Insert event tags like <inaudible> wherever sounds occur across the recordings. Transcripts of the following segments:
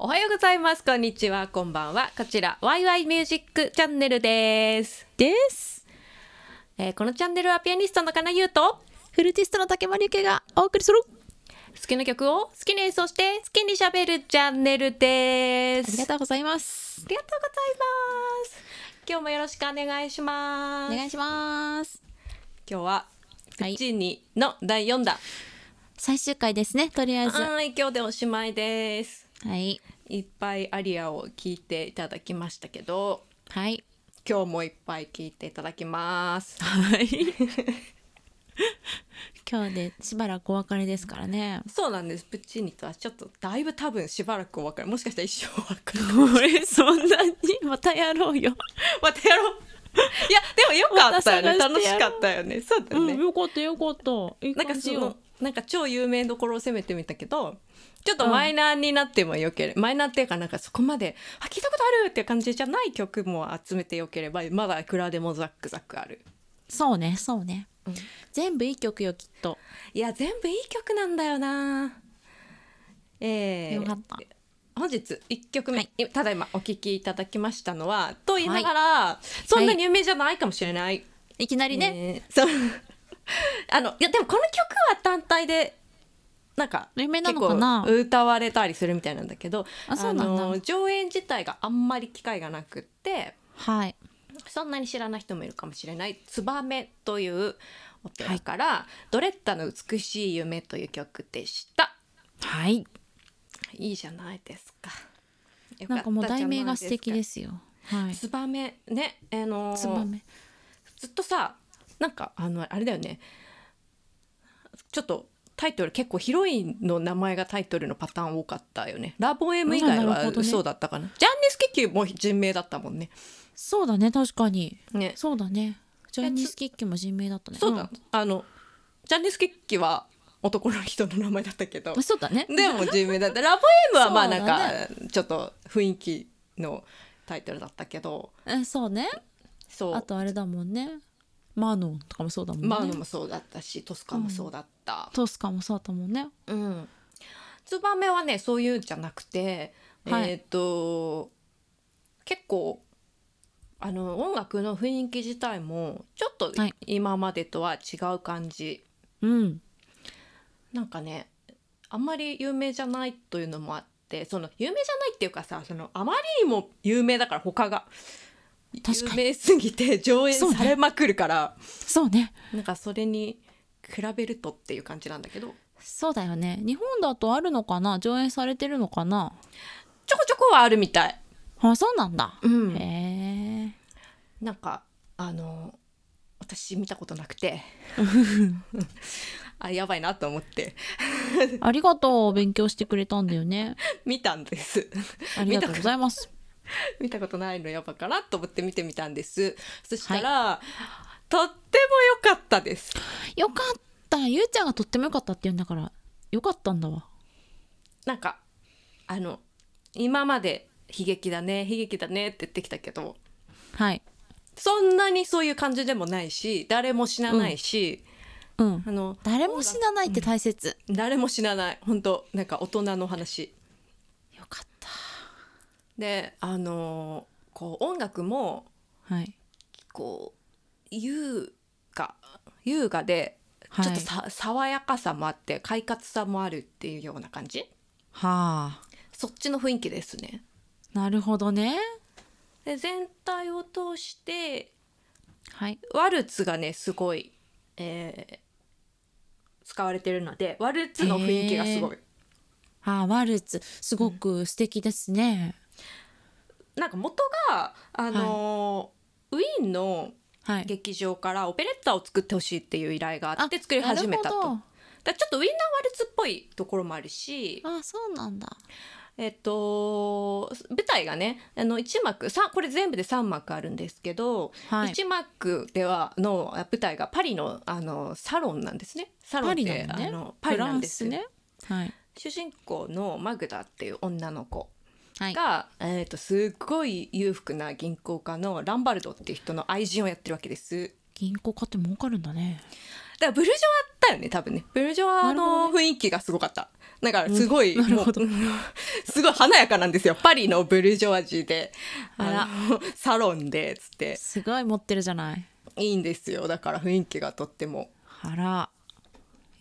おはようございます。こんにちは。こんばんは。こちら、ワイワイミュージックチャンネルです。ですえーこのチャンネルはピアニストの金優と、フルーティストの竹丸ゆけがお送りする好きな曲を好きに演奏して、好きに喋るチャンネルです。ありがとうございますありがとうございます。今日もよろしくお願いしまおす。願いします今日は、プはいッチーニの第4弾。最終回ですねとりあえずはい、今日でおしまいです。はいいっぱいアリアを聞いていただきましたけど、はい今日もいっぱい聞いていただきます。はい今日でしばらくお別れですからねそうなんです。プッチーニとはちょっとだいぶ多分しばらくお別れ、もしかしたら一生お別れ。 <laughs> 俺そん <laughs> なにまたやろうよ、またやろう。いやでもよかったよね。また探楽してし <laughs> やろうかったよね。そうだよね。よかったよかったいいなんか感そじよのなんか超有名どころを攻めてみたけどちょっとマイナーになってもよければ、マイナーっていうかなんかそこまであ聞いたことあるっていう感じじゃない曲も集めてよければまだいくらでもザックザックあるそうねそうね、うん全部いい曲よきっといや全部いい曲なんだよなえー、よかった本日1曲目、はいえただいまお聴きいただきましたのはと言いながら、そんなに有名じゃないかもしれない、いきなりね、ねそう <laughs> あのいやでもこの曲は単体でなんか有名なのかな結構歌われたりするみたいなんだけどあそうなんだの上演自体があんまり機会がなくってはいそんなに知らない人もいるかもしれない「ツバメ」というオペラから「ドレッタの美しい夢」という曲でした。はいいいじゃないですか。よったなんかもう題名が素敵ですすよはか。いツバメね、あのーつばめずっとさなんかあのあれだよねちょっとタイトル結構ヒロインの名前がタイトルのパターン多かったよねラボエム以外うんなるはほどねそうだったかなジャンニスケキューも人名だったもんねそうだね確かにねそうだねジャニーズキッキも人名だったねそうだ、あのジャンニスケキューは男の人の名前だった <laughs> けどうんそうだねでも人名だったラボエムはまあなんそうだかちょっと雰囲気のタイトルだったけどえそうねそうあとあれだもんねマーノンとかもそうだもんねマウノもそうだったしトスカもそうだった、トスカもそうだったもんねうん、ツバメはねそういうんじゃなくて、はいえっ、と結構あの音楽の雰囲気自体もちょっとはい今までとは違う感じ、うんなんかねあんまり有名じゃないというのもあってその有名じゃないっていうかさそのあまりにも有名だから他が。確有かに名すぎて上演そうねされまくるから、そうねなんかそれに比べるとっていう感じなんだけどそうだよね日本だとあるのかな上演されてるのかなちょこちょこはあるみたい、あそうなんだ、うんへえなんかあの私見たことなく <laughs> てあやばいなと思ってありがとう勉強してくれたんだ <laughs> よね見たんです <laughs> ありがとうございます見たことないのやばかなと思って見てみたんですそしたら、とっても良かったですよかったゆうちゃんがとってもよかったって言うんだからよかったんだわなんかあの今まで悲劇だね悲劇だねって言ってきたけどはいそんなにそういう感じでもないし誰も死なないし、うんあの誰も死なないって大切、誰も死なない本当なんか大人の話よかったであのこう音楽もはいこう優雅優雅ではいちょっとさ、爽やかさもあって快活さもあるっていうような感じはあそっちの雰囲気ですねなるほどねで全体を通してはいワルツがねすごい、えー使われてるのでワルツの雰囲気がすごい、ああワルツすごく素敵ですね、なんか元があのーウィーンのはい劇場からオペレッタを作ってほしいっていう依頼があって作り始めたとなるだほかどらちょっとウィンナーワルツっぽいところもあるしああそうなんだえっと、舞台がねあの1幕さこれ全部で3幕あるんですけど、はい1幕ではのあ舞台がパリのあのサロンなんですねサロンパってリなのねあのパリなんですフランスねはい主人公のマグダっていう女の子はいが、えっとすっごい裕福な銀行家のランバルドっていう人の愛人をやってるわけです。銀行買って儲かるんだねだからブルジョワだよね多分ねブルジョワの雰囲気がすごかっただからすごい、 <laughs> うんなるほどもうすごい華やかなんですよパリのブルジョワジーであらあのサロンでつってすごい持ってるじゃないいいんですよだから雰囲気がとっても腹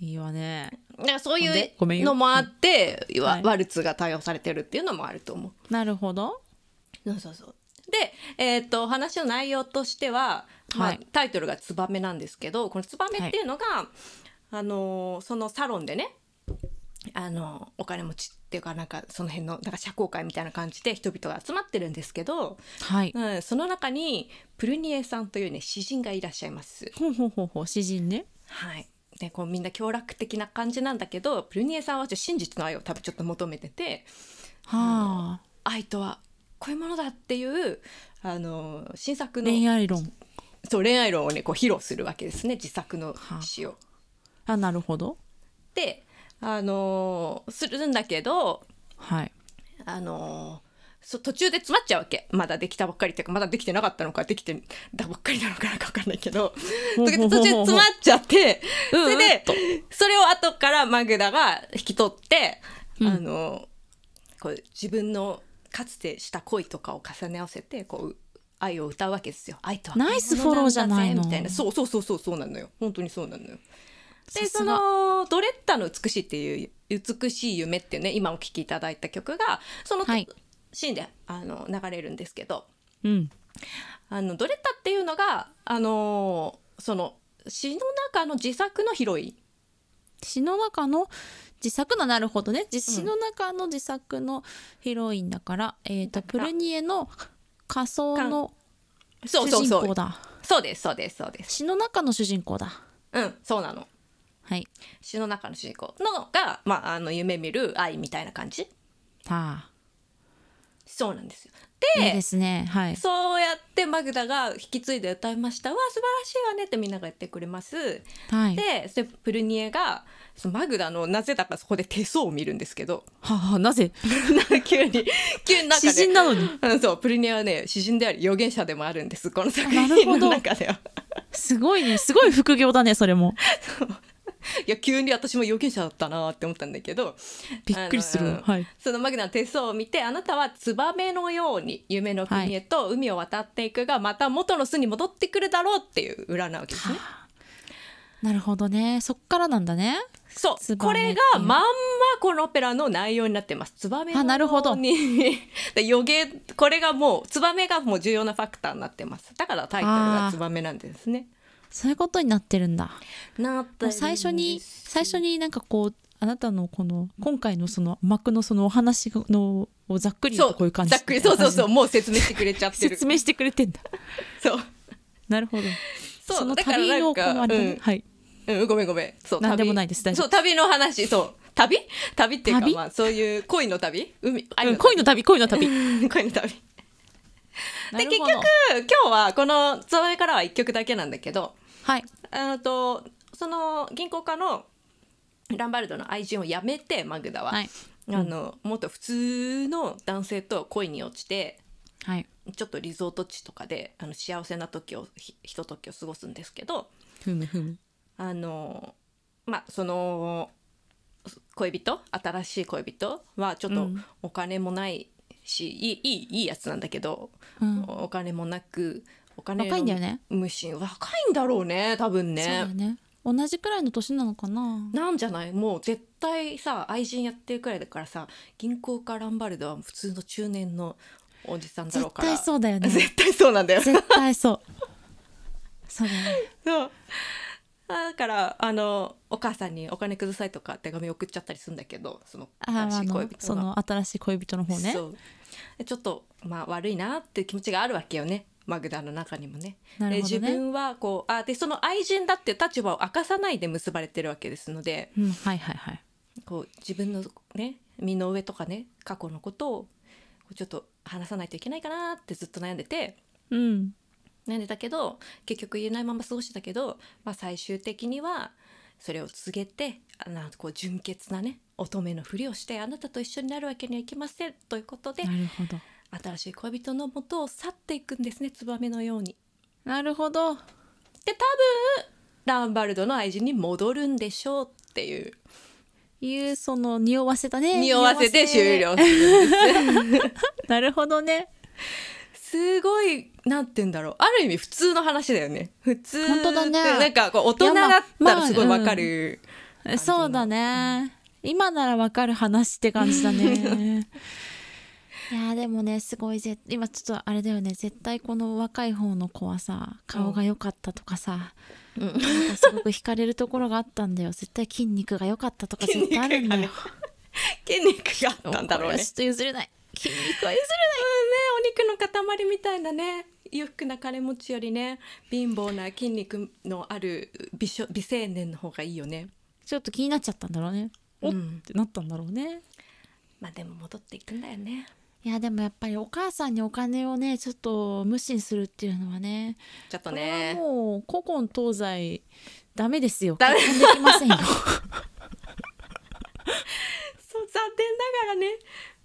いいわねなんかそういほんでうごめんよのもあって、わはいワルツが対応されてるっていうのもあると思うなるほどそうそうそうで、えー、と話の内容としては、まあはいタイトルが「ツバメ」なんですけどこの「ツバメ」っていうのが、あのーそのサロンでね、あのーお金持ちっていうかなんかその辺のなんか社交界みたいな感じで人々が集まってるんですけど、はいうん、その中にプルニエさんというね詩人がいらっしゃいます。ほうほうほうほう詩人ねはいでこうみんな協楽的な感じなんだけどプルニエさんはちょっと真実の愛を多分ちょっと求めてて、はあ愛とはこういうものだっていうあの新作の恋愛論そう恋愛論をねこう披露するわけですね自作の詩を。あなるほどであのーするんだけどはいあのーそ途中で詰まっちゃうわけまだできたばっかりっていうかまだできてなかったのかできてたばっかりなのかなんか分かんないけどほう途ほうほ中うほうで詰まっちゃってうんそれうんでとそれを後からマグダが引き取って、あのーこう自分のかつてした恋とかを重ね合わせてこう愛を歌うわけですよ愛とはナイスフォローじゃないのみたいなそうそうそうそうそうなのよ本当にそうなのよでさすそがの「ドレッタの美しい」っていう「美しい夢」っていうね今お聴きいただいた曲がその、はいシーンであの流れるんですけどうんあのドレッタっていうのが、あのーその詩の中の自作のヒロイン詩の中の自作のなるほどねじ詩の中の自作のヒロインだから、えっ、とプルニエの仮想の主そうそう人そう公だそうですそうですそうです詩の中の主人公だうんそうなのはい詩の中の主人公のが、まあ、あの夢見る愛みたいな感じはそうなんですよあいいでですねはいそうやってマグダが引き継いで歌いましたわ素晴らしいわねってみんなが言ってくれますはいでそれプルニエがそのマグダのなぜだかそこで手相を見るんですけ <laughs> どはあはあなぜなんか急に急になんか、ね、詩人なのにうん、そうプルニエはね詩人であり預言者でもあるんですこの作なる品ほのど中ではすごいねすごい副業だねそれも <laughs> いや急に私も預言者だったなって思ったんだけどびっくりす <laughs> るあのはいそのマグナの手相を見てあなたはツバメのように夢の国へと海を渡っていくが、また元の巣に戻ってくるだろうっていう占うわけですね。なるほどねそっからなんだねそうツこバメれっていがうまんまこのオペラの内容になってます。ツバメのあなるほどように <laughs> で予言これがもうツバメがもう重要なファクターになってます。だからタイトルがあーツバメなんですね。そういうことになってるんだなってるんです最初に最初になんかこうあなたのこの今回のその幕のそのお話のをざっくりそとうこういう感じざっくりそうそうそう感もう説明してくれちゃっじてでる。説明してくれてんだそうなるほどそうのだから旅なんのかこうあれだねうんはいうん、ごめんごめん。そう、なんで旅もないです大丈夫そう、旅の話、そう、旅旅っていうか、旅まあ、そういう恋の旅海、愛うん恋の旅恋の <laughs> 旅旅。恋の旅。で、なる結ほ局、ど今日は、この、それからは一曲だけなんだけど、はいあのと、その、銀行家の、ランバルドの愛人を辞めて、マグダは。はいあの、もっと普通の男性と恋に落ちて、はいちょっとリゾート地とかで、あの、幸せな時を、ひひと時を過ごすんですけど、ふむふむあのまあその恋人新しい恋人はちょっうとんお金もないし、いいいいいいやつなんだけど、うんお金もなくお金の若いんだよね無心若いんだろうね多分そうだよねね同じくらいの年なのかななんじゃないもう絶対さ愛人やってるくらいだからさ銀行かランバルドは普通の中年のおじさんだろ絶うから対そうだよ <laughs> ね絶対そうなんだよ絶対そうそうだよねそうだからあのお母さんにお金くださいとか手紙送っちゃったりするんだけどそのあ新しあい恋の人がその新しい恋人の方ねそうでちょっと、まあ、悪いなっていう気持ちがあるわけよねマグダの中にもねなるほどねで自分はこうあでその愛人だっていう立場を明かさないで結ばれてるわけですのでうんはいはいはいこう自分のね身の上とかね過去のことをこうちょっと話さないといけないかなってずっと悩んでて。うんなんでだけど結局言えないまま過ごしてたけど、まあ、最終的にはそれを告げてあなんかこう純潔なね乙女のふりをしてあなたと一緒になるわけにはいきませんということでなるほど新しい恋人の元を去っていくんですねツバメのように。なるほどで多分ランバルドの愛人に戻るんでしょうっていういうその匂わせだね匂わせで終了するんでなるほどねすすごいなんて言うんだろうある意味普通の話だよね普通本当だねなんかこう大人だったらすごいわかる、のそうだね、今ならわかる話って感じだね <laughs> いやーでもねすごいぜ今ちょっとあれだよね絶対この若い方の子はさ顔が良かったとかさ、うんなんかすごく惹かれるところがあった <laughs> んだよ絶対筋肉が良かったとか絶対あるんだよ、筋肉があったんだろうこれはねちょっと譲れない筋肉はうん譲ねお肉の塊みたいなね裕福な金持ちよりね貧乏な筋肉のある美少美青年の方がいいよね、ちょっと気になっちゃったんだろうねおうっん、てなったんだろうねまあでも戻っていくんだよねいやでもやっぱりお母さんにお金をねちょっと無視するっていうのはねちょっとこれはねもう古今東西ダメですよダ結メ婚でき <laughs> ませんよそう残念ながらね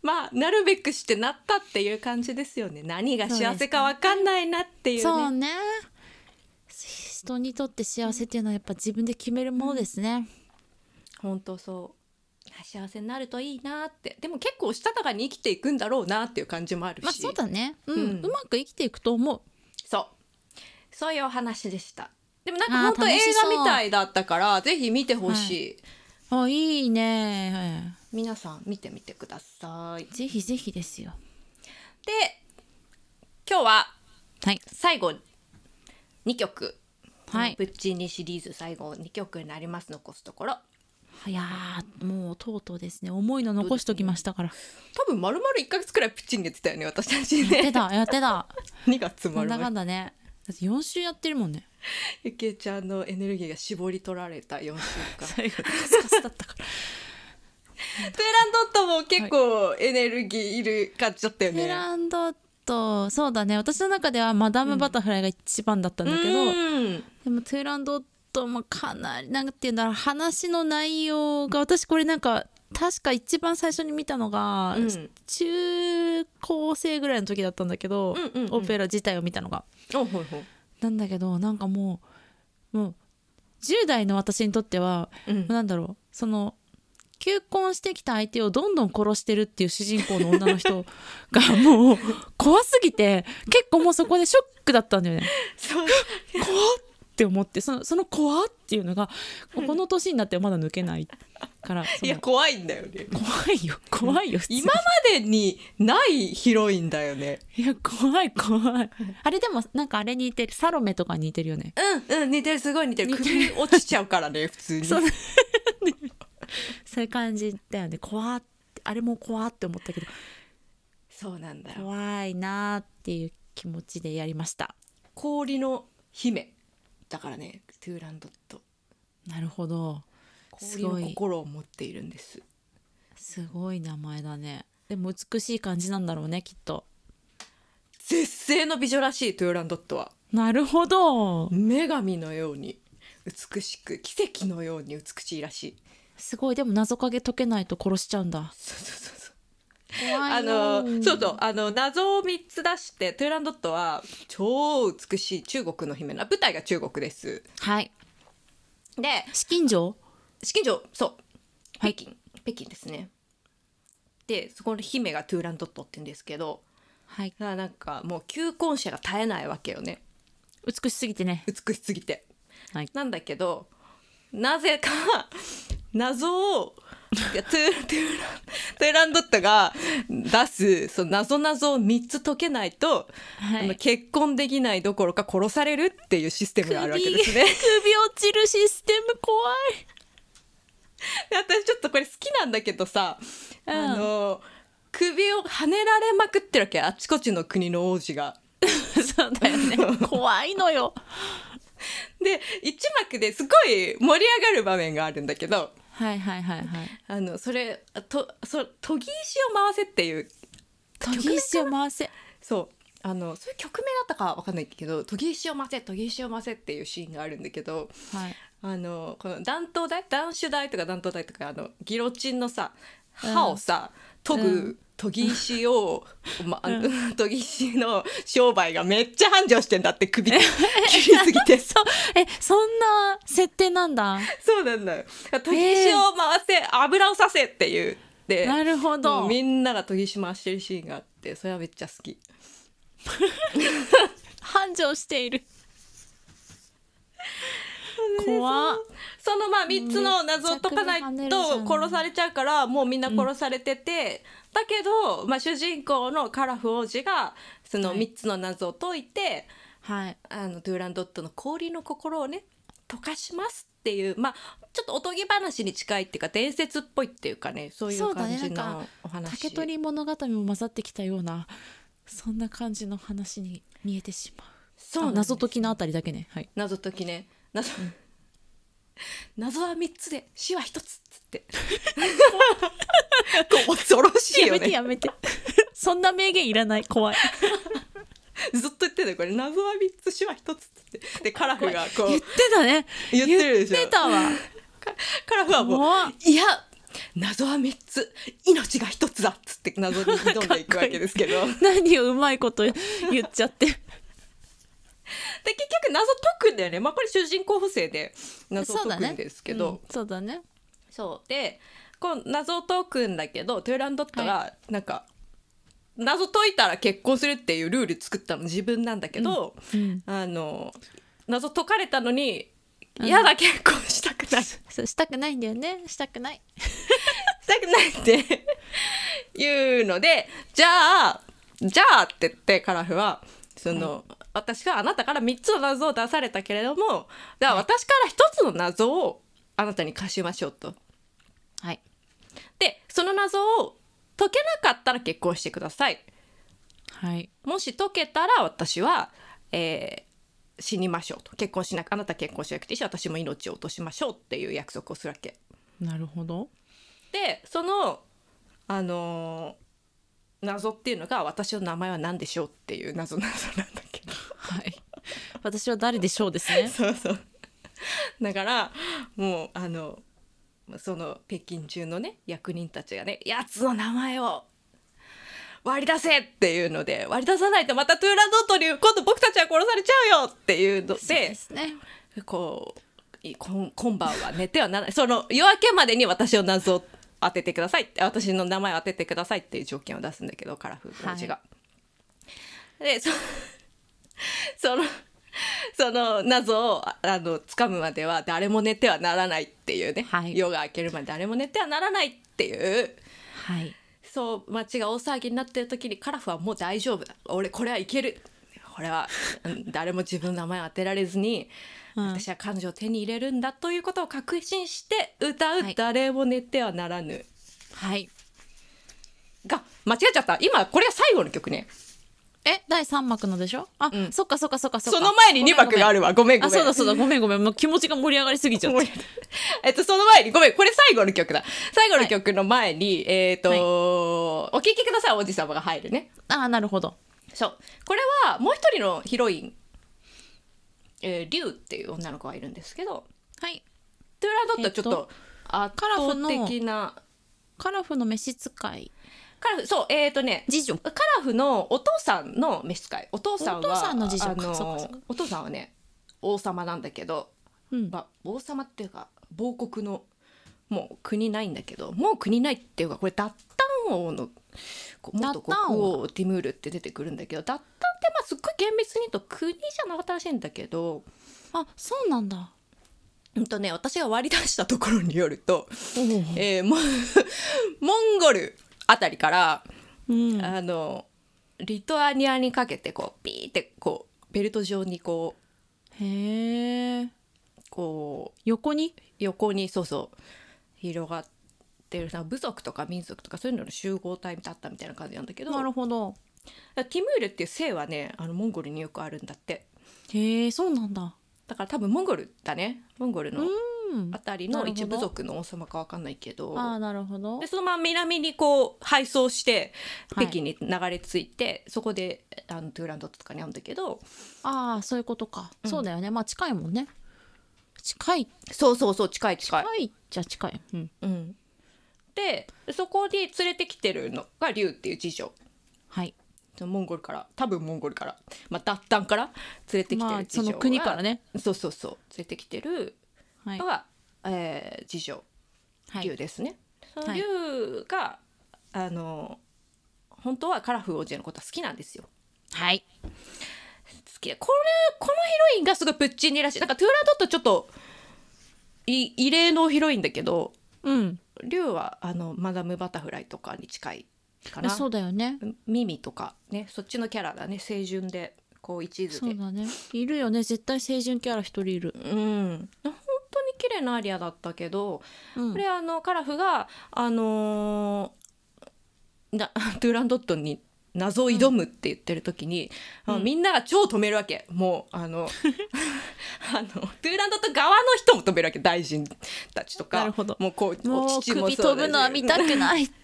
まあなるべくしてなったっていう感じですよね何が幸せかわかんないなっていうそうねね人にとって幸せっていうのはやっぱ自分で決めるものですね、本当そう幸せになるといいなってでも結構したたかに生きていくんだろうなっていう感じもあるし、まあそうだねうん、ううんまく生きていくと思うそうそういうお話でしたでもなんあか本ー当映楽しそう画みたいだったからぜひ見てほしい、あいいね皆さん見てみてくださいぜひぜひですよで今日ははい最後2曲はいプッチーニシリーズ最後2曲になります残すところいやーもうとうとうですね重いの残しときましたから多分丸々1ヶ月くらいプッチーニやってたよね私たちやって <laughs> ねたやってた2月なん丸だか々んだねだって4週やってるもん <laughs> ねゆきえちゃんのエネルギーが絞り取られた4週間 <laughs> 最後カスカスだったからペランドットも結構エネルギーいる感じだったよね、ペランドとそうだね私の中ではマダムバタフライが一番だったんだけど、うんでもトゥーランドットもかなりなんて言うんだろう話の内容が私これなんか確か一番最初に見たのが、うん中高生ぐらいの時だったんだけど、うんうんうんオペラ自体を見たのが。おほいほいなんだけどなんかもうもう10代の私にとっては、うんなんだろうその求婚してきた相手をどんどん殺してるっていう主人公の女の人 <laughs> がもう怖すぎて結構もうそこでショックだったんだよね。そう怖っって思ってそのその怖っっていうのがこの年になってはまだ抜けないからそ <laughs> いのや怖いんだよね怖いよ怖いよ普通 <laughs> に今までにないヒロインだよねいや怖い怖いあれでもなんかあれに似てるサロメとかに似てるよねうんうん似てるすごい似てる首落ちちゃうから <laughs> ね普通にそうそういう感じだよね怖ってあれも怖って思ったけどそうなんだよ怖いなっていう気持ちでやりました氷の姫だからねトゥーランドットなるほどす氷ごのい心を持っているんですすごい名前だねでも美しい感じなんだろうねきっと絶世の美女らしいトゥーランドットはなるほど女神のように美しく奇跡のように美しいらしいすごいでも謎かけ解けないと殺しちゃうんだそうそうそうそう怖あいよのそうそうあの謎を3つ出してトゥーランドットは超美しい中国の姫な舞台が中国ですはいで資金城資金城そうは北い京、北京ですねでそこの姫がトゥーランドットって言うんですけどはいあなんかもう求婚者が絶えないわけよね美しすぎてね美しすぎてはいなんだけどなぜか <laughs> 謎をいやトゥートゥーラントゥーランドットが出すその謎謎を3つ解けないと、はあのい結婚できないどころか殺されるっていうシステム首があるわ <laughs> 首け落ですね。ちるシステム怖いで <laughs> 私ちょっとこれ好きなんだけどさ、うんあの首を跳ねられまくってるわけあちこちの国の王子が。 <laughs> そうだよね <laughs> 怖いのよで一幕ですごい盛り上がる場面があるんだけどはいはいはいはいあのそれとそ研ぎ石を回せっていう研ぎ石を回せそうあのそういう曲名だったかわかんないけど研ぎ石を回せ研ぎ石を回せっていうシーンがあるんだけどはいあのこの断頭台断種台とか断頭台とかあのギロチンのさ刃をさ、研ぐ、研ぎ石を、まあ、 <laughs> 研ぎ石の商売がめっちゃ繁盛してんだって首切りすぎ <laughs> てそうえそんな設定なんだそうなんだよ研ぎ石を回せ、油をさせって言ってなるほもどうみんなが研ぎ石回してるシーンがあってそれはめっちゃ好き繁盛してい <laughs> る怖っそのまあ3つの謎を解かないと殺されちゃうからもうみんな殺されてて、だけど、まあ、主人公のカラフ王子がそのはい3つの謎を解いて、はいあのドゥーランドットの氷の心をね溶かしますっていうまあちょっとおとぎ話に近いっていうか伝説っぽいっていうかねそういそううだ感ねじなんのかお話。竹取物語も混ざってきたようなそんな感じの話に見えてしまうそうなんです謎解きのあたりだけねはい謎解きね謎,、謎は3つで死は1つっつって <laughs> こう恐ろしいよねやめてやめて <laughs> そんな名言いらない怖いずっと言ってたよこれ謎は3つ死は1つっつってでカラフがこ言っうてたね言ってるでしょ言ってたわカラフはも怖っういや謎は3つ命が1つだっつって謎に挑んでいくわけですけどで何をうまいこと言っちゃって結局謎解くんだよねまあこれ主人公補正で謎を解くんですけどそう,、そうだねでこう謎を解くんだけどトゥーランドットがなんか、謎解いたら結婚するっていうルール作ったの自分なんだけど、うんうんあの謎解かれたのに嫌だ結婚したく <laughs> ないそうしたくないんだよねしたくないしたくないって言うのでじゃあじゃあって言ってカラフはその、私はあなたから3つの謎を出されたけれどもじゃあ私から1つの謎をあなたに貸しましょうと。はいでその謎を解けなかったら結婚してください。はいもし解けたら私は、えー死にましょうと結婚しなくあなた結婚しなくていいし私も命を落としましょうっていう約束をするわけ。なるほどでそのあのー謎っていうのが私の名前は何でしょうっていう謎謎なんだけどはい私は誰でしょうですねそうそう <laughs> だからもうあのその北京中のね役人たちがね「やつの名前を割り出せ!」っていうので割り出さないとまたトゥーランドットに今度僕たちは殺されちゃうよっていうのそうでですねこういこん今晩は寝てはならないその夜明けまでに私の謎を当ててくださいって私の名前を当ててくださいっていう条件を出すんだけどカラフル王子が。でそそのその謎をああの掴むまでは誰も寝てはならないっていうね、はい夜が明けるまで誰も寝てはならないっていうはいそう街が大騒ぎになってる時にカラフはもう大丈夫だ俺これはいけるこれはうん <laughs> 誰も自分の名前を当てられずに、うん私は彼女を手に入れるんだということを確信して歌うはい「誰も寝てはならぬ」はいが間違っちゃった今これが最後の曲ねえ第三幕のでしょあ、んそっかそっかそっかそっそかの前に2幕があるわごめんごあめんそうだそうだごめんごめんもう気持ちが盛り上がりすぎちゃっもうてやだえっと、その前に、ごめん、これ最後の曲だ。最後の曲の前に、えっ、と、はいお聴きください、おじさまが入るね。あーなるほどそう。これは、もう一人のヒロイン、えー、リュウっていう女の子がいるんですけど、はいトゥーラドットはちょっと圧カラフの倒的な、カラフの召使いカラフ、そう、えっ、とね、次女カラフのお父さんの召使い。お父さんは、お父さんの事情かあのそうかそうかお父さんはね、王様なんだけど、うんまあ、王様っていうか亡国のもう国ないんだけどもう国ないっていうかこれ脱炭王のこう元脱炭国王王ティムールって出てくるんだけど脱炭ってまあすっごい厳密に言うと国じゃなかったらしいんだけど、あそうなんだうんとね、私が割り出したところによると、おえー、もモンゴルあたりからうんあのリトアニアにかけてこうピーってこうベルト状にこうへえこう横に横にそうそう広がってるな部族とか民族とかそういうのの集合体だったみたいな感じなんだけどなるほどティムールっていう姓はねあのモンゴルによくあるんだってへえそうなんだだから多分モンゴルだねモンゴルのうんあたりなのるほど一部族の王様かわかんないけどあーなるほどでそのまま南にこう配送してはい北京に流れ着いて、そこであのトゥーランドとかに会うんだけどああそういうことか、うんそうだよねまあ近いもんね近いそうそうそう近い近い。近いじゃ近い、うん、うん、ってそこに連れてきてるのがリュウっていう次女はいモンゴルから多分モンゴルから、まあ、脱炭から連れてきてまある次そ女が、の国からねそうそうそう連れてきてるはいの、が、えー次女は竜い、ですね。そのはい竜が、あの本当はカラフ王子のことは好きなんですよ。はい、好きでこれこのヒロインがすごいプッチンにらしいなんかトゥーラドットちょっとい異例のヒロインだけどうん竜はあのマダム・バタフライとかに近いかなそうだよねミミとかねそっちのキャラだね清純でこう一途そでうだねいるよね絶対清純キャラ一人いる、うん本当に綺麗なアリアだったけど、うんこれあのカラフがあのーな <laughs> トゥーランドットンに謎を挑むって言ってる時に、あのみんなが超止めるわけもうあ <laughs> のあのトゥーランドットン側の人も止めるわけ大臣たちとかなるほどもうこうもう父も首そう飛だしぶのは見たくない絶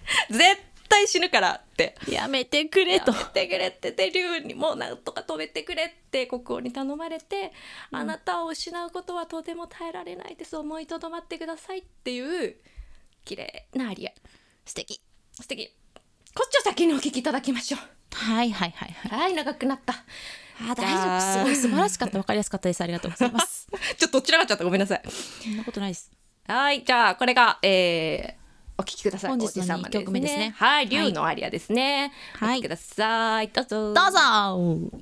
対死ぬからってやめてくれとやめてくれってて竜にもうなんとか止めてくれって国王に頼まれて、あなたを失うことはとても耐えられないです思いとどまってくださいっていう綺麗なアリア素敵素敵こっちを先にお聞きいただきましょうはいはいはいはいはい長くなったあ大丈夫すごい素晴らしかったわかりやすかったですありがとうございますちょっと散らかっちゃったごめんなさい <laughs> そんなことないですはいじゃあこれがえーお聞きください。本日の王子様二曲目ですねはい、竜のアリアですね。はいお聞きください。どうぞ。どうぞ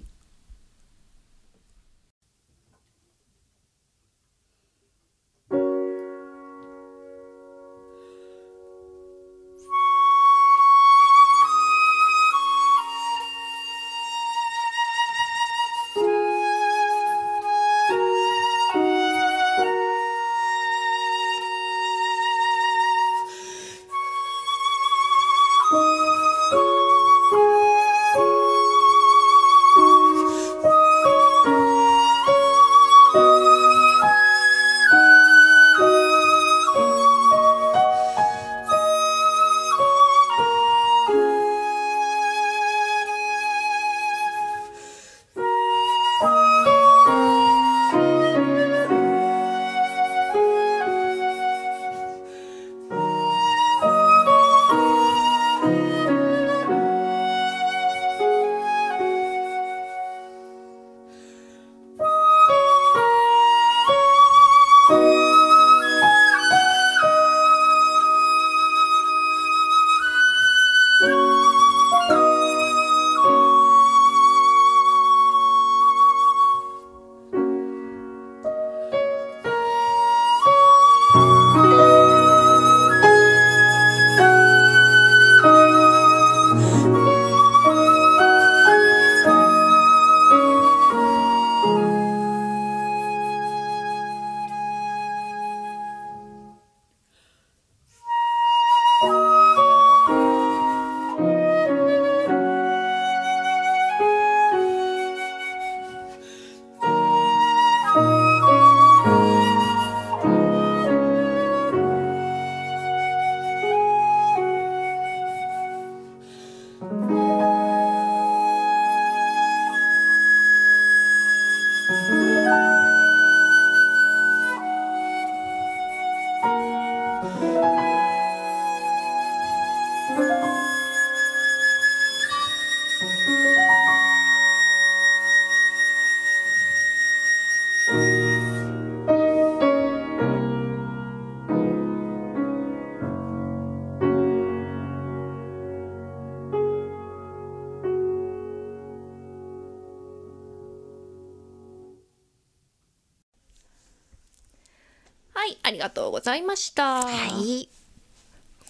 はい、ありがとうございました。い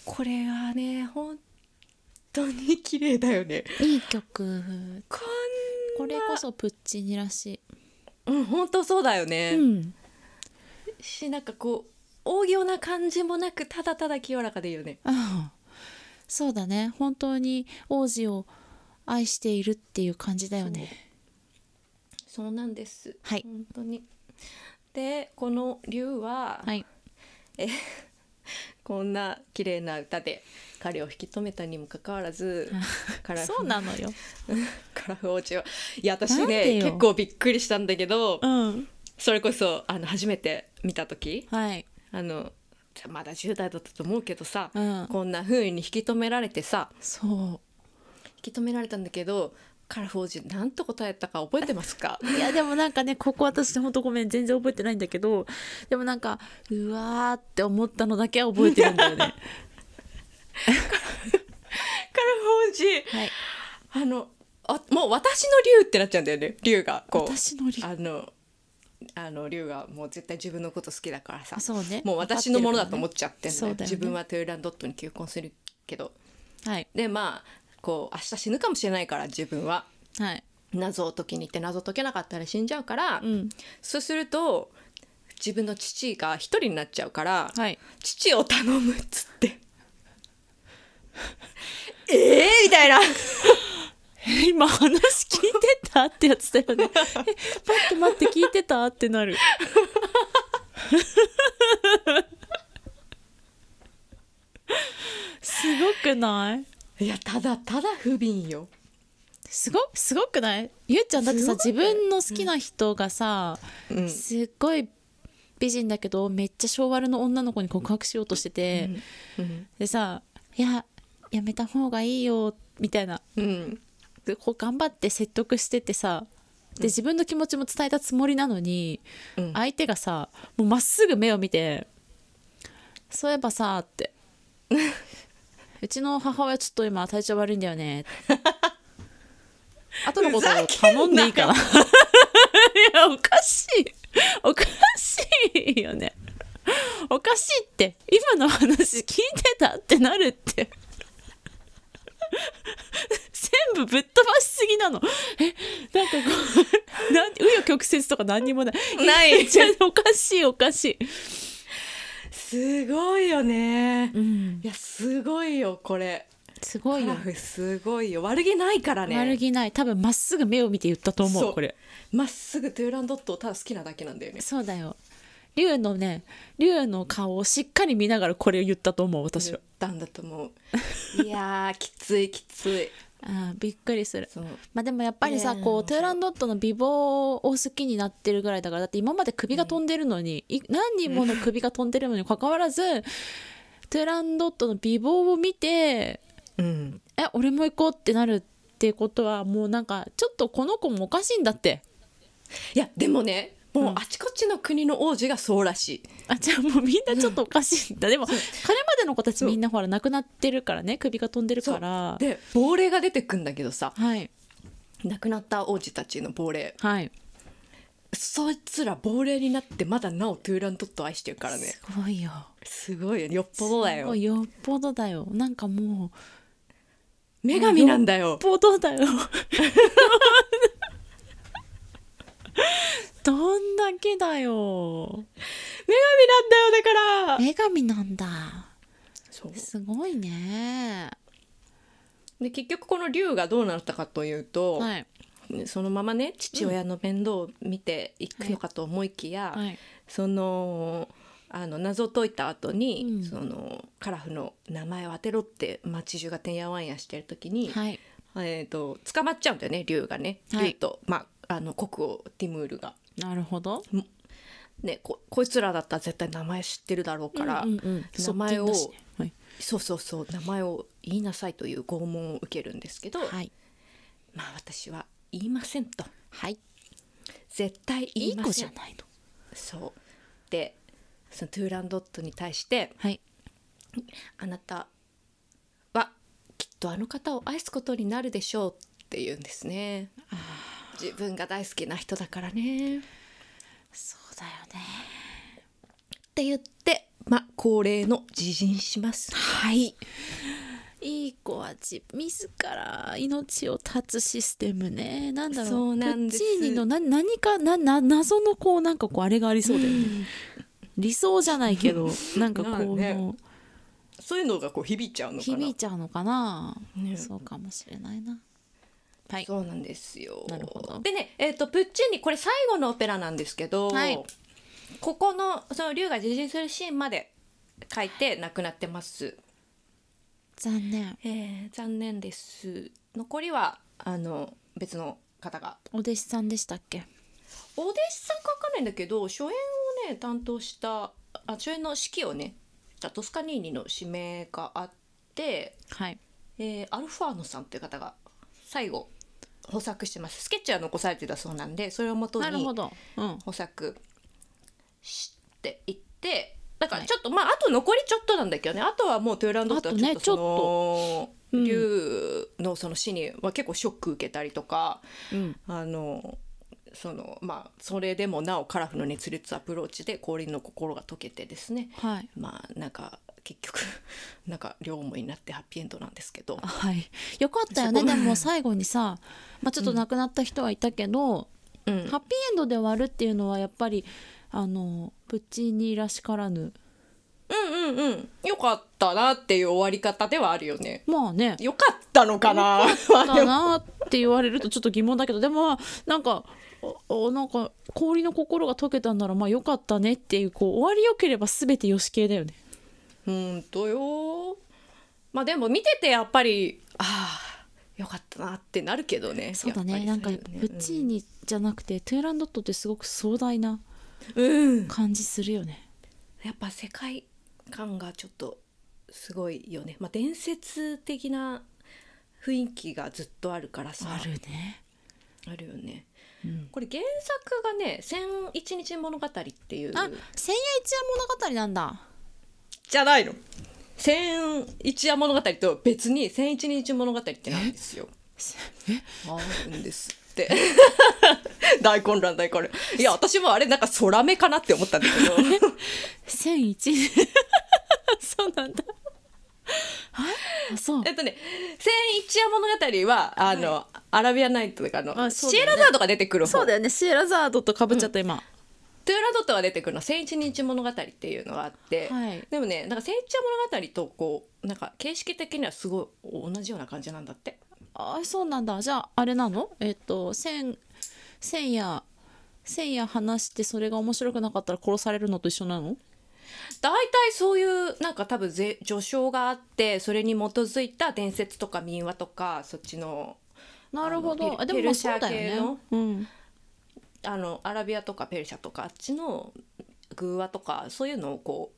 これはね本当に綺麗だよねいい曲ここれこそプッチニらしんうん本当そうだよねい、、ん、しなんかこう大行な感じもなくただただ清らかでいいよねああそうだね本当に王子を愛しているっていう感じだよねそうなんですはい本当にでこの竜は、はい <laughs> こんな綺麗な歌で彼を引き止めたにもかかわら <laughs> ずカラフそうなのよカラフ王子はいや私なんでねよ結構びっくりしたんだけどうんそれこそあの初めて見た時はいあのまだ10代だったと思うけどさ、うんこんな風に引き止められてさそ引き止められたんだけどカラフ王子なんと答えたか覚えてます <laughs> かういやでもなんかねここ私ほんとごめん全然覚えてないんだけどでもなんかうわーって思ったのだけは覚えてるんだよねカラフ王子 <laughs> はいあのあもう私の竜ってなっちゃうんだよね竜がこう私の理あのあの竜がもう絶対自分のこと好きだからさそうねもう私のものだと思っちゃってんだよそうだよね自分はトゥーランドットに求婚するけどはいでまあこう明日死ぬかもしれないから自分ははい謎を解きに行って謎を解けなかったら死んじゃうから、うんそうすると自分の父が一人になっちゃうから、はい父を頼むっつって <laughs> ええみたいな今話聞いてたってやつだよ <laughs> ね。え待って待って聞いてたってな <laughs> る。すごくな <laughs> いいやただただ不憫よすごすごくないゆうちゃんだってさす自ごくない分の好きな人がさ、うんすっごい美人だけどめっちゃ昭和の女の子に告白しようとしてて、うん、でさ「いややめた方がいいよ」みたいなうん、でこう頑張って説得しててさで自分の気持ちも伝えたつもりなのに、うん相手がさもうまっすぐ目を見て「そういえばさ」 <laughs> って「うちの母親ちょっと今体調悪いんだよね」後のことを頼んでい <laughs> いかないやおかしいおかしいよねおかしいって今の話聞いてたってなるって全部ぶっ飛ばしすぎなのえなんかこうなん紆余曲折とか何にもないないやちょっとおかしいおかしい、すごいよね、うん、いやすごいよこれすごいカよラフすごいよ悪気ないからね悪気ない多分まっすぐ目を見て言ったと思そううこれまっすぐトゥーランドットをただ好きなだけなんだよねそうだよ龍のね龍の顔をしっかり見ながらこれを言ったと思う私言っは、たんだと思う <laughs> いやーきついきついあーびっくりするそうまあでもやっぱりさ、ねえこそううトゥーランドットの美貌を好きになってるぐらいだからだって今まで首が飛んでるのに、い何人もの首が飛んでるのに <laughs> かかわらず、トゥーランドットの美貌を見てうんえ俺も行こうってなるっていうことはもうなんかちょっとこの子もおかしいんだっていやでもねもううんあちこちの国の王子がそうらしあじゃあもうみんなちょっとおかしいんだでも彼までの子たちみんなほら亡くなってるからね首が飛んでるいそうからで亡霊が出てくんだけどさはい亡くなった王子たちの亡霊はいそいつら亡霊になってまだなおトゥーランドットを愛してるからねすごいよすごいよねよっぽどだもようよっぽどだよなんかもう女神なんだよぽどだよ。 <laughs> どんだけだよ。女神なんだよだから女神なんだ。そうすごいね。で結局この竜がどうなったかというと、はい。そのままね父親の面倒を見ていくのかと思いきや、はい。そのあの謎を解いた後に、うんそのカラフの名前を当てろって町中がてんやわんやしてる時に、はい。えー、と捕まっちゃうんだよね竜がねは竜いと、まあ、あの国王ティムールが。なるほど。ね、ここいつらだったら絶対名前知ってるだろうから、うんうんうん名前を側近だしねはい。そうそうそう名前を言いなさいという拷問を受けるんですけど、はい。まあ私は言いませんとはい。絶対言いいいま子せじゃんないの。そうでそのトゥーランドットに対してはい。あなたはきっとあの方を愛すことになるでしょうって言うんですね自分が大好きな人だからねっそうだよね。て言ってまあ恒例の自陣しますはい。いい子は自自ら命を絶つシステムね。なんだろう。そうなんですプッチーニのな何かなな謎のこうなんかこうあれがありそうだよね。理想じゃないけ <laughs> どなんかこう、ねもうそういうのがこう響いちゃうの響いちゃうのかな、ねそうかもしれないな。はい。そうなんですよなるほどでね、えー、とプッチーニこれ最後のオペラなんですけど、はいここのその竜が自陣するシーンまで書いてなくなってます、残念。えー残念です残りはあの別の方がお弟子さんでしたっけ。お弟子さんかわかんないんだけど初演をね担当したあ初演の指揮をねじゃあトスカニーニの指名があって、はいえーアルファーノさんっていう方が最後補作してますスケッチは残されてたそうなんでそれをもとなるほにど、うん、補作していってだからはいちょっと、まああと残りちょっとなんだけどねあとはもうトゥーランドットはあとねちょっとそのうん竜、のその死には結構ショック受けたりとか。うん、あのそのまあそれでもなおカラフルにつりつアプローチで氷の心が溶けてですねはいまあなんか結局 <laughs> なんか両思いになってハッピーエンドなんですけどはいよかったよねそこでも最後にさ、まあ、ちょっと亡くなった人はいたけど、うんハッピーエンドで終わるっていうのはやっぱりあのプッチーニらしからぬうんうんうんよかったなっていう終わり方ではあるよねまあねよかったのかな <laughs> まあでだもなって言われるとちょっと疑問だけどでもなんかおおなんか氷の心が溶けたんならまあよかったねっていうこう終わりよければ全てよし系だよね。ほんとよまあでも見ててやっぱりああよかったなってなるけどねそうだやねっぱなりんかそプうだよねッチーニじゃなくてトゥーランドットってすごく壮大なうん感じするよね。やっぱ世界観がちょっとすごいよね、まあ、伝説的な雰囲気がずっとあるからさあるね。あるよねうん、これ原作がね「千一日物語」っていうあ千夜一夜物語なんだ。じゃないの千一夜物語と別に千一日物語ってなんですよあるんですって <laughs> 大混乱大混乱いや私もあれなんか空目かなって思ったんだけど千一 <laughs> そうなんだ。 <laughs> あそう <laughs> え。っとね「千一夜物語は」あの、アラビアナイト」とかの、あそうシだよエねラザードが出てくる方よねシエラザードとかぶっちゃった今。トゥーラドットが出てくるのは「千一日物語」っていうのがあって、はいでもねなんか「千一夜物語」とこうなんか形式的にはすごい同じような感じなんだってあそうなんだじゃああれなのえっ、と千千夜千夜話してそれが面白くなかったら殺されるのと一緒なの大体そういうなんか多分ぜ序章があってそれに基づいた伝説とか民話とかそっちのなるほあのどあでペもまルあシそャうだ系よねの、うん、あのアラビアとかペルシャとかあっちの偶話とかそういうのをこう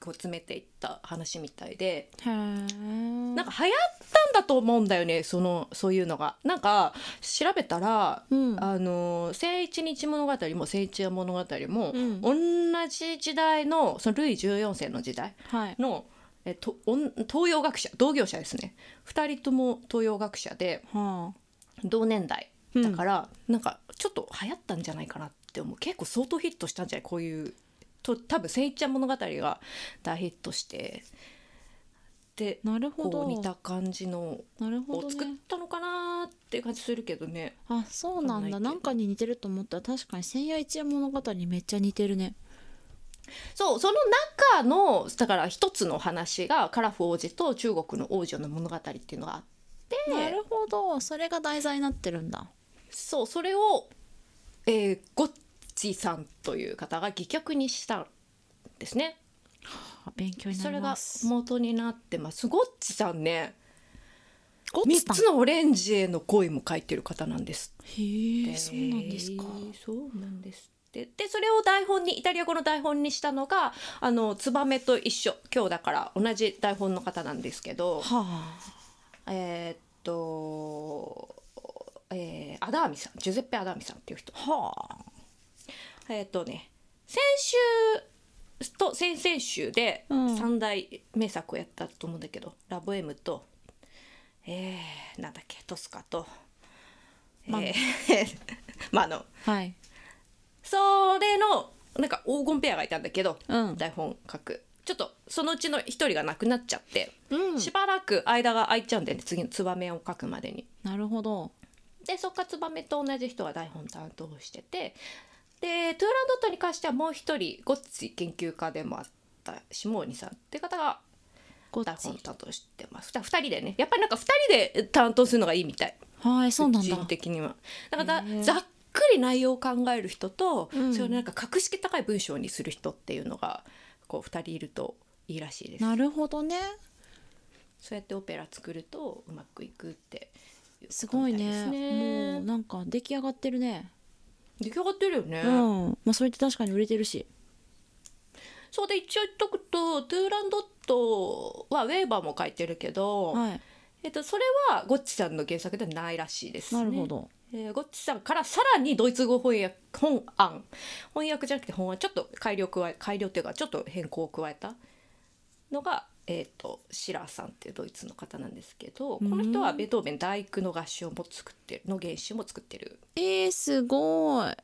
こう詰めていった話みたいで。へえなんか流行ったんだと思うんだよねそのそういうのが。なんか調べたら、うんあの「聖一日物語」も「聖一夜物語も」うん同じ時代のそのルイ14世の時代はいのえとおん東洋学者同業者ですね2人とも東洋学者ではあ同年代うんだから、なんかちょっと流行ったんじゃないかなって思う結構相当ヒットしたんじゃないこういうと多分「聖一夜物語」が大ヒットしてでなるほこどう似た感じのなるほをど作っねたのかなーっていう感じするけどねあそうなわかんんだないけどなんかに似てると思ったら確かに千夜一夜物語にめっちゃ似てるねそうその中のだから一つの話がカラフ王子と中国の王女の物語っていうのがあってなるほどそれが題材になってるんだそうそれを、えーゴッチさんという方が戯曲にしたんですねあ勉強になそりれがます元になってますゴッチさんねゴッツ3さんつのオレンジへの恋も書いてる方なんですへえそうなんですかそうなんですってでそれを台本にイタリア語の台本にしたのがあのツバメと一緒今日だから同じ台本の方なんですけどはえーっと、えーアダーミさんジュゼッペ・アダーミさんっていう人あはあえーっとね先週と先々週でうん三大名作をやったと思うんだけど、ラボエムとえー、なんだっけトスカと、えマノー、 <laughs> まあのはいそれのなんか黄金ペアがいたんだけど、うん台本書くちょっとそのうちの一人が亡くなっちゃって、うんしばらく間が空いちゃうんだよね次の「ツバメ」を書くまでに。なるほどでそっから「ツバメ」と同じ人が台本担当しててで「トゥーランドット」に関してはもう一人ゴッツ研究家でもあった下鬼さんって方がゴ台ッツ本担当してます2人でねやっぱりなんか2人で担当するのがいいみたい。はいそうなん個だ人的にはだからへえざっくり内容を考える人と、うんそれをなんか格式高い文章にする人っていうのがこう2人いるといいらしいですなるほどねそうやってオペラ作るとうまくいくってうことすごいみたねですもうねなんか出来上がってるね出来上がってるよね、うんまあそれって確かに売れてるしそうで一応言っとくとトゥーランドットはウェーバーも書いてるけど、はいえっと、それはゴッチさんの原作ではないらしいです、ね、なるほどえーゴッチさんからさらにドイツ語翻訳本案翻訳じゃなくて本案ちょっと改良加え改良っていうかちょっと変更を加えたのが、えー、とシラーさんっていうドイツの方なんですけどこの人はベートーベン「大工」の合唱も作ってるの原集も作ってるえー、すごい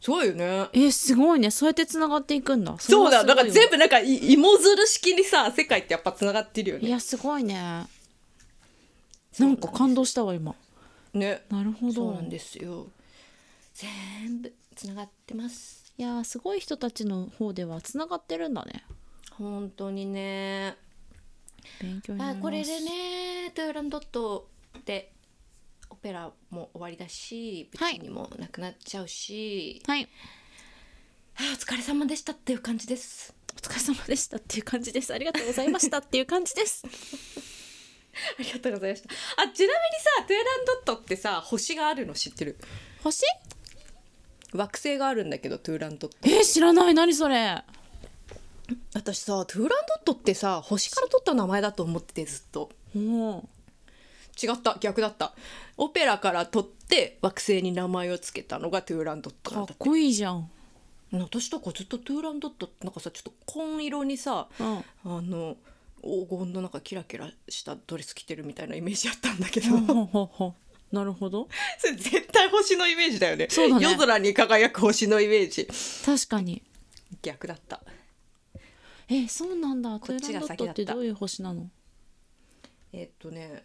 すごいよねえー、すごいねそうやってつながっていくんだそうだれだはかすら全ごいわ部なんかい芋づる式にさ世界ってやっぱつながってるよいねやすごいねなんか感動したわ今ねなるほどそうなんですよ全部つながってますいやーすごい人たちの方ではつながってるんだね本当にね勉強にあなりますこれでねトゥーランドットでオペラも終わりだしは舞い台にもなくなっちゃうし、はいあお疲れ様でしたっていう感じですお疲れ様でしたっていう感じですありがとうございましたっていう感じですありがとうございましたあちなみにさトゥーランドットってさ星があるの知ってる星惑星があるんだけどトゥーランドットえー、知らない何それ私さトゥーランドットってさ星から取った名前だと思っててずっとおう違った逆だったオペラから取って惑星に名前を付けたのがトゥーランドットなかんっだってこいいじゃん私とかずっとトゥーランドットってなんかさちょっと紺色にさうんあの黄金のなんかキラキラしたドレス着てるみたいなイメージあったんだけど、ほうほうほうほう <laughs> なるほど <laughs> それ絶対星のイメージだよねそうだね夜空に輝く星のイメージ確かに逆だったえー、そうなんだトこっゥちーラがンド先ットだったってどういう星なのえっとね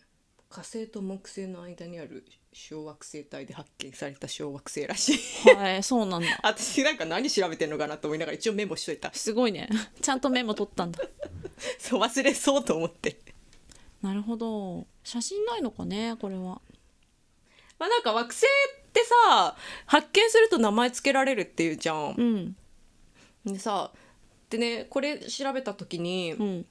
火星と木星の間にある小惑星帯で発見された小惑星らしい <laughs> はいそうなんだ私なんか何調べてんのかなと思いながら一応メモしといた <laughs> すごいねちゃんとメモ取ったんだそう忘れそうと思ってなるほど写真ないのかねこれはまあなんか惑星ってさ発見すると名前つけられるっていうじゃんうんでさでねこれ調べた時に、うん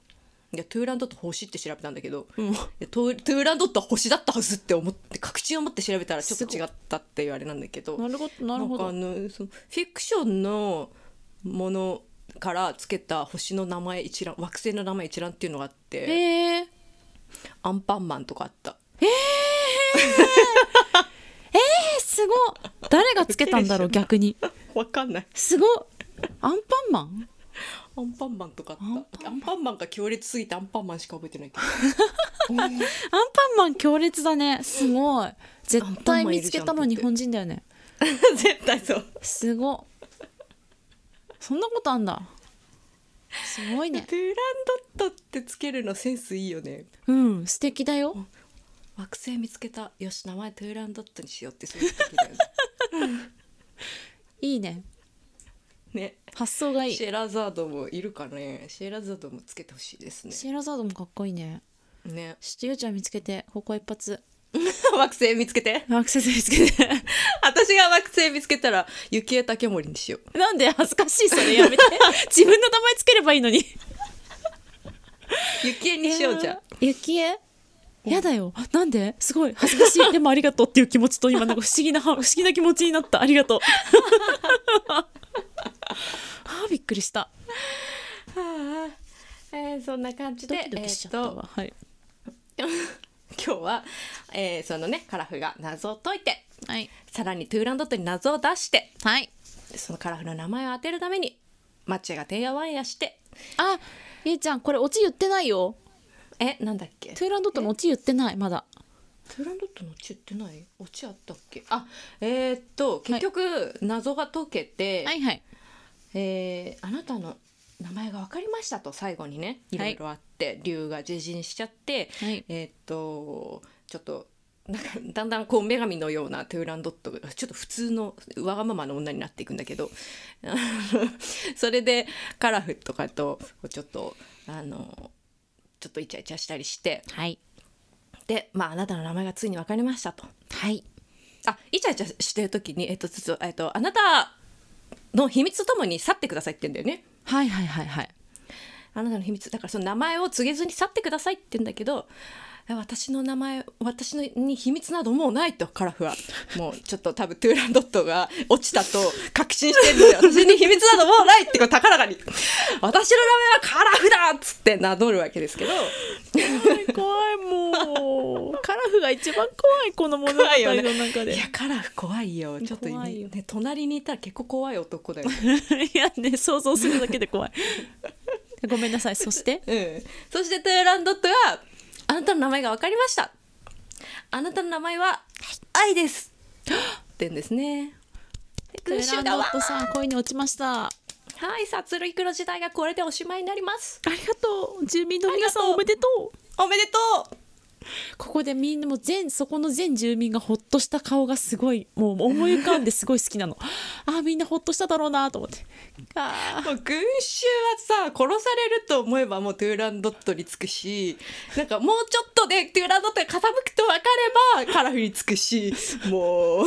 いやトゥーランドット星って調べたんだけど、うんいやトゥートゥーランドットは星だったはずって思って確信を持って調べたらちょっと違ったっていうあれなんだけどなるほどなるほんかあどのそのフィクションのものからつけた星の名前一覧惑星の名前一覧っていうのがあってえー、アンパンマンとかあったえすごっ誰がつけたんだ <laughs> ろうウケる逆に <laughs> わかんないすごっアンパンマンアンパンマンとかあアンっパンたアンパンマンが強烈すぎてアンパンマンしか覚えてないけどアンパンマン強烈だねすごい絶対見つけたの日本人だよね <laughs> 絶対そうすごっそんなことあんだすごいねトゥーランドットってつけるのセンスいいよねうん素敵だよ惑星見つけたよし名前トゥーランドットにしようってそういう時だよねいいねね発想がいいシェラザードもいるかねシェラザードもつけてほしいですねシエラザードもかっこいいねねちょっとゆうちゃん見つけてここ一発 <laughs> 惑星見つけて <laughs> アクセス見つけて私が惑星見つけたら雪江竹森にしよう <laughs> なんで恥ずかしいそれやめ <laughs> て自分の名前つければいいのに雪江にしようじゃん雪絵やだよなんですごい恥ずかし <laughs> いでもありがとうっていう気持ちと今なんか不思議な <laughs> は不思議な気持ちになったあり <laughs> がとうあーびっくりしたはあえーそんな感じドでキドキしちゃったえーっとわ、はい、今日は、えーそのねカラフが謎を解いてはいさらにトゥーランドットに謎を出してはいそのカラフの名前を当てるためにマッチェがてんやわんやしてあゆうちゃんこれオチ言ってないよえなんだっけトゥーランドットのオチ言ってないまだトゥーランドットのオチってないオチあったっけあえーっと結局、謎が解けて、はいはいえーあなたの名前が分かりましたと最後にねいろはいいろあって、竜が自陣しちゃって、はいえーっとちょっとなんかだんだんこう女神のようなトゥーランドットがちょっと普通のわがままの女になっていくんだけど <laughs> あのそれでカラフとかとちょっとあのちょっとイチャイチャしたりしてはいで、まあ、あなたの名前がついに分かりましたと。はいあイチャイチャしてる時に、えっと、ちょっとえっと、あなたの秘密とともに去ってくださいって言うんだよね。はいはいはいはいあなたの秘密だからその名前を告げずに去ってくださいって言うんだけど私の名前私のに秘密などもうないとカラフはもうちょっと多分トゥーランドットが落ちたと確信してるので私に秘密などもうないってこう高らかに「私の名前はカラフだ!」っつって名乗るわけですけど怖いも <laughs> うカラフが一番怖いこの物語の怖いよね中でいやカラフ怖いよちょっと怖いよね隣にいたら結構怖い男だよ <laughs> いやね想像するだけで怖い <laughs> ごめんなさいそしてうん、そしてトゥーランドットは「あなたの名前が分かりましたあなたの名前は愛です」って言うんですね。でト空ゥーラ襲ンドだわットさん恋に落ちましたあはいさつるいくの時代がこれでおしまいになりますりがとう住民の皆さんありがとうおめでとうおめでとうここでみんなもう全そこの全住民がほっとした顔がすごいもう思い浮かんですごい好きな <laughs> のあーみんなほっとしただろうなと思ってあもう群衆はさ殺されると思えばもうトゥーランドットにつくしなんかもうちょっとでトゥーランドットが傾くと分かればカラフにつくしも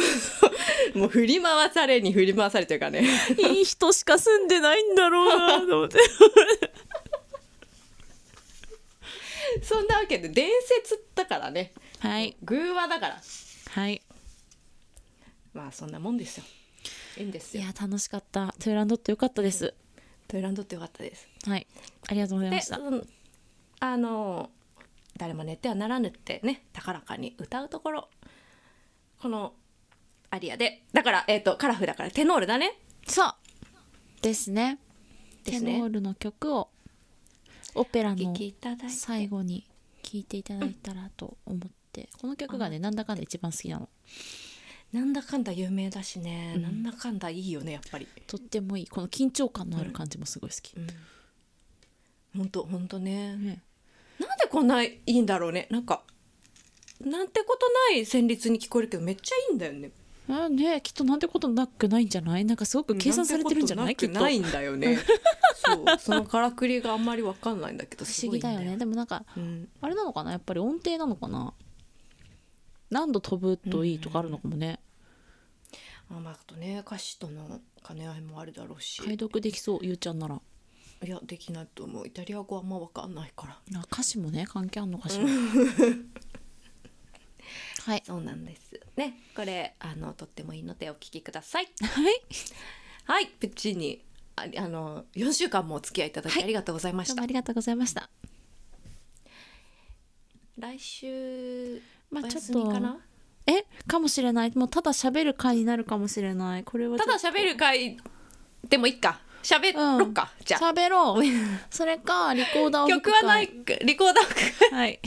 うもう振り回されに振り回されてるからね。ーいい人しか住んでないんだろうなと思ってそんなわけで伝説だからね <laughs> はい偶話だからはいまあそんなもんですよいいんですいよや楽しかったトゥーランドットよかったですトイランドってよかったですはいありがとうございでましたうんあの誰も寝てはならぬってね高らかに歌うところこのアリアでだからえっ、とカラフだからテノールだねそうですねですテねノールの曲をオペラお聴のきいただいて最後に聴いていただいたらと思ってこの曲がねなんだかんだ一番好きなのなんだかんだ有名だしね、うんなんだかんだいいよねやっぱりとってもいいこの緊張感のある感じもすごい好き、うんほんとほんとねねなんでこんないいんだろうねなんかなんてことない旋律に聞こえるけどめっちゃいいんだよねあねきっとなんてことなくないんじゃないなんかすごく計算されてるんじゃないんてこきとっとなくないんだよね <laughs> そうそのからくりがあんまりわかんないんだけど不思議だよすごいねんでもなんかうん、あれなのかなやっぱり音程なのかな何度飛ぶといいとかあるのかもね、あまああとね歌詞との兼ね合いもあるだろうし解読できそうゆうちゃんならいやできないと思うイタリア語あんまわかんないからあ歌詞もね関係あんのかしら <laughs> はいそうなんですねこれあのとってもいいのでお聞きくださいはいはいプッチーニああの4週間もお付き合いいただきありがとうございまどしうた、もありがとうございました来週まあおちょっ休とみかな、えかもしれないもうただ喋る回になるかもしれないこれはちょただ喋る会でもいいか喋ろっか、じゃあ喋ろう <laughs> それかリコーダーを吹く曲かはないリコーダーか <laughs> はい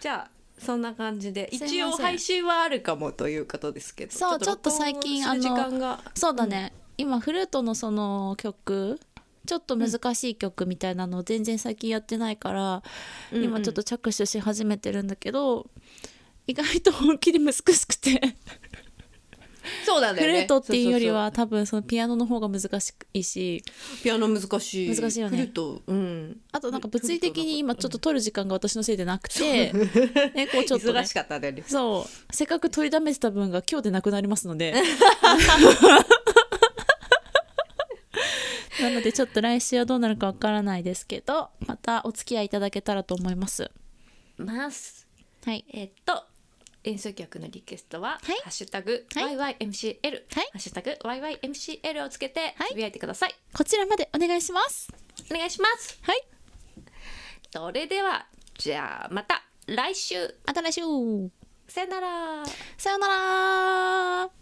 じゃあそんな感じですいません一応配信はあるかもということですけどそうちょっと最近あの時あの間がそうだね、今フルートのその曲ちょっと難しい曲みたいなのを全然最近やってないから、うんうん今ちょっと着手し始めてるんだけど意外と本気で難しくて、そうなんだフよルねートっていうよりそは多分そのピアノの方が難しいしそうそうピアノ難しい難しいよねフルートうんあとなんか物理的に今ちょっと取る時間が私のせいでなくて、 <laughs> ね、こうちょっと、ね忙し、かったんだよねそうせっかく取りだめてた分が今日でなくなりますの <laughs> でなのでちょっと来週はどうなるかわからないですけどまたお付き合いいただけたらと思いますますはいえっと演奏曲のリクエストは「はいハッシュタグ、は #YYMCL」はハいッシュタグ #YYMCL」をつけてはいつぶやいてください、こちらまでお願いしますお願いしますはいそれではじゃあまた来週また来週さよならさようなら